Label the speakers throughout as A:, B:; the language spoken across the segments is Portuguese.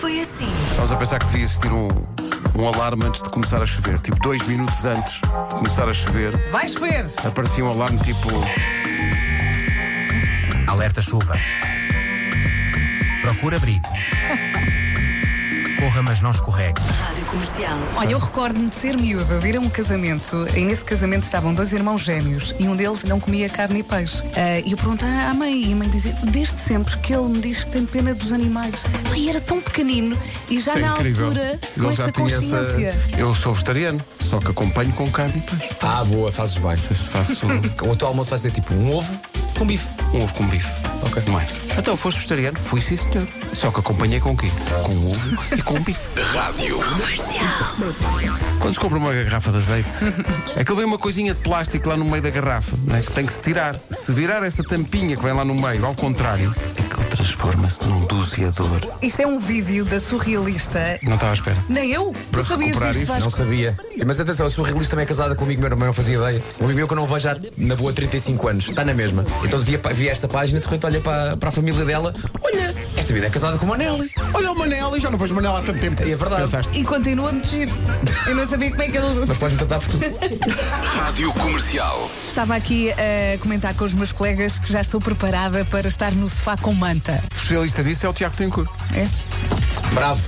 A: foi assim.
B: Estamos a pensar que devia existir um, um alarme antes de começar a chover. Tipo, dois minutos antes de começar a chover,
C: Vai chover!
B: aparecia um alarme tipo.
D: Alerta chuva. Procura abrigo. Corra, mas não escorregue.
A: Rádio Comercial.
C: Olha, eu recordo-me de ser miúda, de ir a um casamento, e nesse casamento estavam dois irmãos gêmeos e um deles não comia carne e peixe. Ah, E eu perguntei à mãe, e a mãe dizia, desde sempre que ele me diz que tem pena dos animais. E era tão pequenino e
B: Isso
C: já
B: é
C: Ah, na
B: incrível.
C: altura, com
B: Ele
C: essa
B: já tinha essa.
C: consciência.
B: Eu sou vegetariano, só que acompanho com carne e peixe.
E: Ah, boa, fazes bem.
B: Faço
E: O teu almoço vai ser tipo um ovo com bife.
B: um ovo com bife.
E: Ok.
B: Não é? Então foste vegetariano? Fui sim, senhor. Só que acompanhei com o quê? Com ovo e com bife. Quando se compra uma garrafa de azeite, aquilo vem uma coisinha de plástico lá no meio da garrafa, não é? que tem que se tirar. Se virar essa tampinha que vem lá no meio, ao contrário, aquilo transforma-se num doseador.
C: Isto é um vídeo da surrealista.
B: Não estava à espera.
C: Nem eu, tu
B: Para
C: sabias
B: recuperar
C: disto,
B: isso,
C: Vasco?
E: Não sabia. Mas atenção, a surrealista também é casada comigo, meu irmão, não fazia ideia. Um amigo meu que eu não vejo há na boa 35 anos, está na mesma. Então via, via esta página, de repente olha para, para a família dela, olha, esta vida é casada com o Manelli. Olha o Manelli, já não vejo Manelli há tanto tempo. E é verdade.
B: Pensaste.
C: E continua a mexer. Eu não sabia como é que ele.
E: Mas podes-me tratar por tu.
F: Rádio Comercial.
C: Estava aqui a comentar com os meus colegas que já estou preparada para estar no sofá com manta.
B: O especialista disso é o Tiago Tencourt.
C: É?
E: bravo,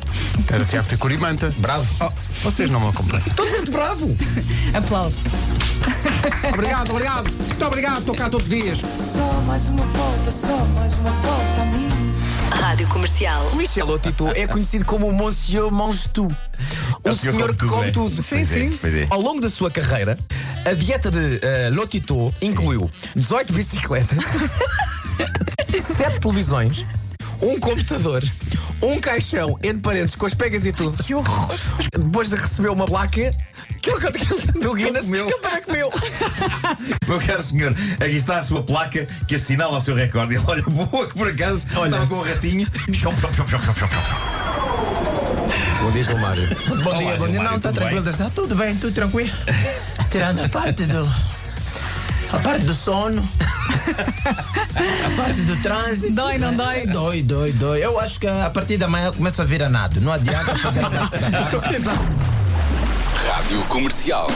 B: Era Tiago Tencourt e Manta.
E: bravo. Então,
B: Oh, vocês não me acompanham.
E: Estou dizendo bravo.
C: Aplauso.
B: obrigado, obrigado. Muito obrigado, estou cá todos os dias.
G: Só mais uma volta, só mais uma volta a mim.
A: Rádio Comercial.
E: Michel Otito é conhecido como o Monsieur Mange Tout. É O senhor que come tudo. é.
C: Sim, sim.
E: Ao longo da sua carreira, a dieta de eh, Lotito incluiu 18 bicicletas, 7 televisões, um computador, um caixão, entre parênteses, com as pegas e tudo. Que horror! Depois recebeu uma placa que ele, que ele- do Guinness que
H: comeu.
E: ele também comeu.
H: Meu caro senhor, aqui está a sua placa que assinala o seu recorde. Ele olha, boa, que por acaso estava com o ratinho. Chom, chom, chom, chom, chom, chom, chom.
E: Bom dia, Gilmar.
H: Olá, Gilmário,
I: Não, está
H: tudo
I: tranquilo,
H: bem?
I: está tudo bem, tudo tranquilo. Tirando a parte do. A parte do sono. A parte do trânsito.
C: Dói, não dói?
I: Dói, dói, dói. Eu acho que a partir da manhã eu começo a virar nada. Não adianta fazer
F: Rádio Comercial.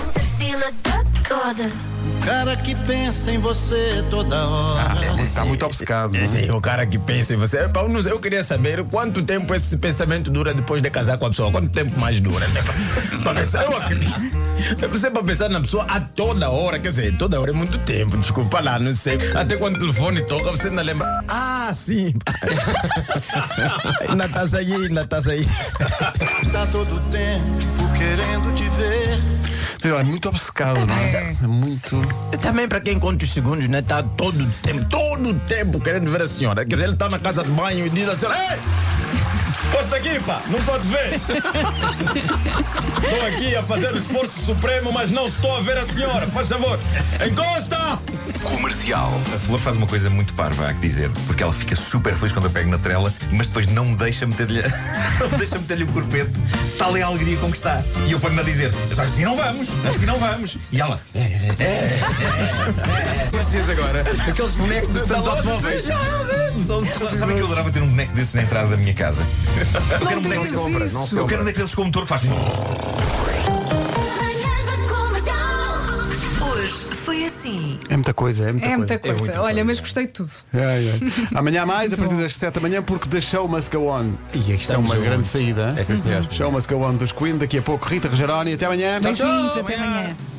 J: Cara que pensa em você toda hora.
B: Está muito obcecado. não é?
I: Sim, o cara que pensa em você. Epá, eu não sei, eu queria saber quanto tempo esse pensamento dura depois de casar com a pessoa. Quanto tempo mais dura? né? Pra pensar, eu acredito. É Eu preciso para pensar na pessoa a toda hora. Quer dizer, toda hora é muito tempo. Desculpa lá, não sei. Até quando o telefone toca, você ainda lembra. Ah, sim. ainda tá aí, ainda tá aí.
J: Está Tá todo tempo querendo te ver.
B: Ele é muito obcecado, não é? É muito.
I: Também para quem conta os segundos, né? Tá todo o tempo, todo o tempo querendo ver a senhora. Quer dizer, ele tá na casa de banho e diz a senhora: Ei! Posta aqui, pá, não pode ver. Estou aqui a fazer o esforço supremo, mas não estou a ver a senhora. Faz favor, encosta!
F: Comercial.
H: A Flor faz uma coisa muito parva, há que dizer, porque ela fica super feliz quando eu pego na trela, mas depois não me deixa meter-lhe não deixa meter-lhe o corpete. Tal é a alegria com que está. E eu ponho-me a dizer: "Mas assim não vamos, assim não vamos. E ela: "É,
E: Vocês agora, aqueles bonecos dos três automóveis.
H: Sabem que eu adorava ter um boneco desses na entrada da minha casa? Eu quero um boneco
C: digas
H: que compra, não se
C: isso.
H: compra. Eu quero um boneco desses com motor que faz.
A: Hoje foi assim.
B: É muita coisa, é muita
C: É
B: coisa.
C: muita coisa. Olha, mas gostei de tudo.
B: Ai, ai. Amanhã mais, a partir das 7 da manhã, porque The Show Must Go On. E isto é uma grande saída. hein?
E: É sim, senhor.
B: Show Must Go On dos Queen. Daqui a pouco, Rita Rogeroni. Até amanhã.
C: Beijinhos, até amanhã.